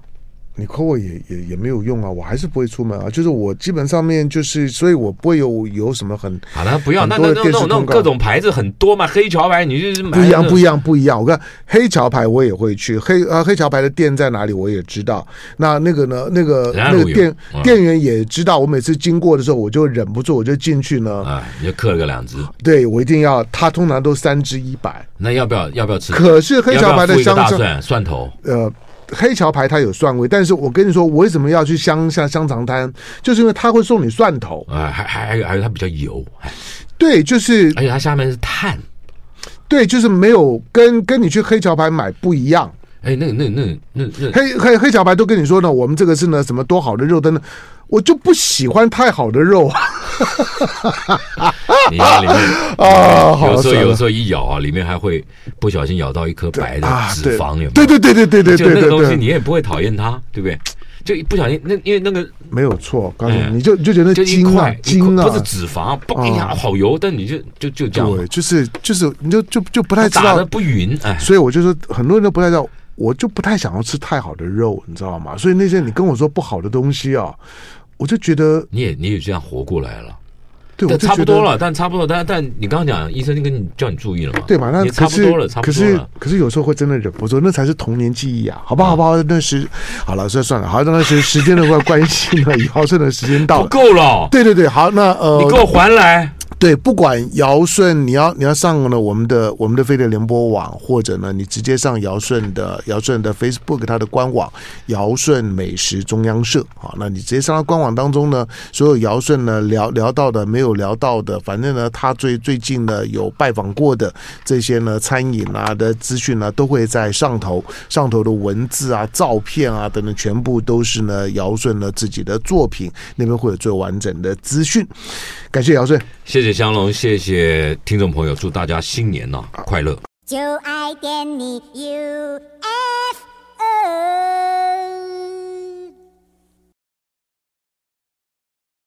A: 你扣我也也也没有用啊，我还是不会出门啊。就是我基本上面就是，所以我不会有有什么很
B: 好了，不要
A: 很
B: 那
A: 多
B: 那
A: 的
B: 那那
A: 电视
B: 种那
A: 广
B: 种
A: 告
B: 各种牌子很多嘛，黑桥牌你就是
A: 不
B: 买
A: 一样，
B: 那种
A: 不一样，不一样。我看黑桥牌我也会去，黑啊黑桥牌的店在哪里我也知道。那那个呢，那个
B: 人家
A: 那个
B: 都有
A: 店
B: 嗯
A: 店员也知道。我每次经过的时候，我就忍不住我就进去呢。
B: 啊，你就刻了个两只，
A: 对我一定要，他通常都三支一百，
B: 那要不要要不要吃？
A: 可是黑桥牌的
B: 要不要付
A: 香肠，
B: 一个大蒜蒜头，
A: 呃。黑桥牌它有蒜味，但是我跟你说，我为什么要去香香香肠摊，就是因为他会送你蒜头，
B: 啊，还还还有还有它比较油，哎
A: 对，就是
B: 而且它下面是碳，
A: 对，就是没有跟跟你去黑桥牌买不一样。
B: 哎，那个那个那个那个那 个
A: 黑黑黑小白都跟你说呢，我们这个是呢什么多好的肉，等等，我就不喜欢太好的肉啊。
B: 你里面
A: 啊好
B: 有时候
A: 算了
B: 有时候一咬啊，里面还会不小心咬到一颗白的
A: 啊，
B: 脂
A: 对
B: 肪，有没有？
A: 对对对对对对
B: 就那
A: 对
B: 个
A: 对
B: 东西
A: 对，
B: 你也不会讨厌它，对不对？就一不小心那因为那个
A: 没有错，告诉你，
B: 嗯
A: 你就你就觉得
B: 就一
A: 精啊
B: 块一
A: 精
B: 块
A: 啊
B: 不，是脂肪，嘣一下好油，但你就就就这样嘛
A: 对，，就是就是你就就就不太知
B: 打的
A: 道，
B: 不匀，哎，
A: 所以我就说很多人都不太知道。我就不太想要吃太好的肉，你知道吗？所以那些你跟我说不好的东西啊，我就觉得，
B: 你也你也这样活过来了。
A: 对，我
B: 但
A: 就
B: 差
A: 觉
B: 不
A: 得
B: 多，了，但差不多，但但你刚刚讲医生跟你叫你注意了嘛，
A: 对吧？那
B: 也
A: 可
B: 差不
A: 是
B: 多了，差不
A: 可
B: 多
A: 是
B: 了。
A: 可是有时候会真的忍不住，那才是童年记忆啊，好
B: 嗯
A: 不好？好不好？那时好了，算算了，好，那时时间的关关系呢，尧舜的时间到
B: 不
A: 了。
B: 够了，
A: 对对哦对，好，那
B: 你给
A: 呃，
B: 我还来。
A: 对，不管尧舜，你要你要上呢我们的我们的飞碟联播网，或者呢，你直接上尧舜的尧舜的 Facebook 它的官网尧舜美食中央社，好，那你直接上到官网当中呢，所有尧舜呢聊聊到的没有聊到的，反正呢他最最近呢有拜访过的这些呢餐饮啊的资讯呢，都会在上头上头的文字啊、照片啊等等，全部都是呢尧舜呢自己的作品，那边会有最完整的资讯。感谢尧舜。
B: 谢谢香龙，谢谢听众朋友，祝大家新年呐、快乐。
C: 就爱点你 UFO。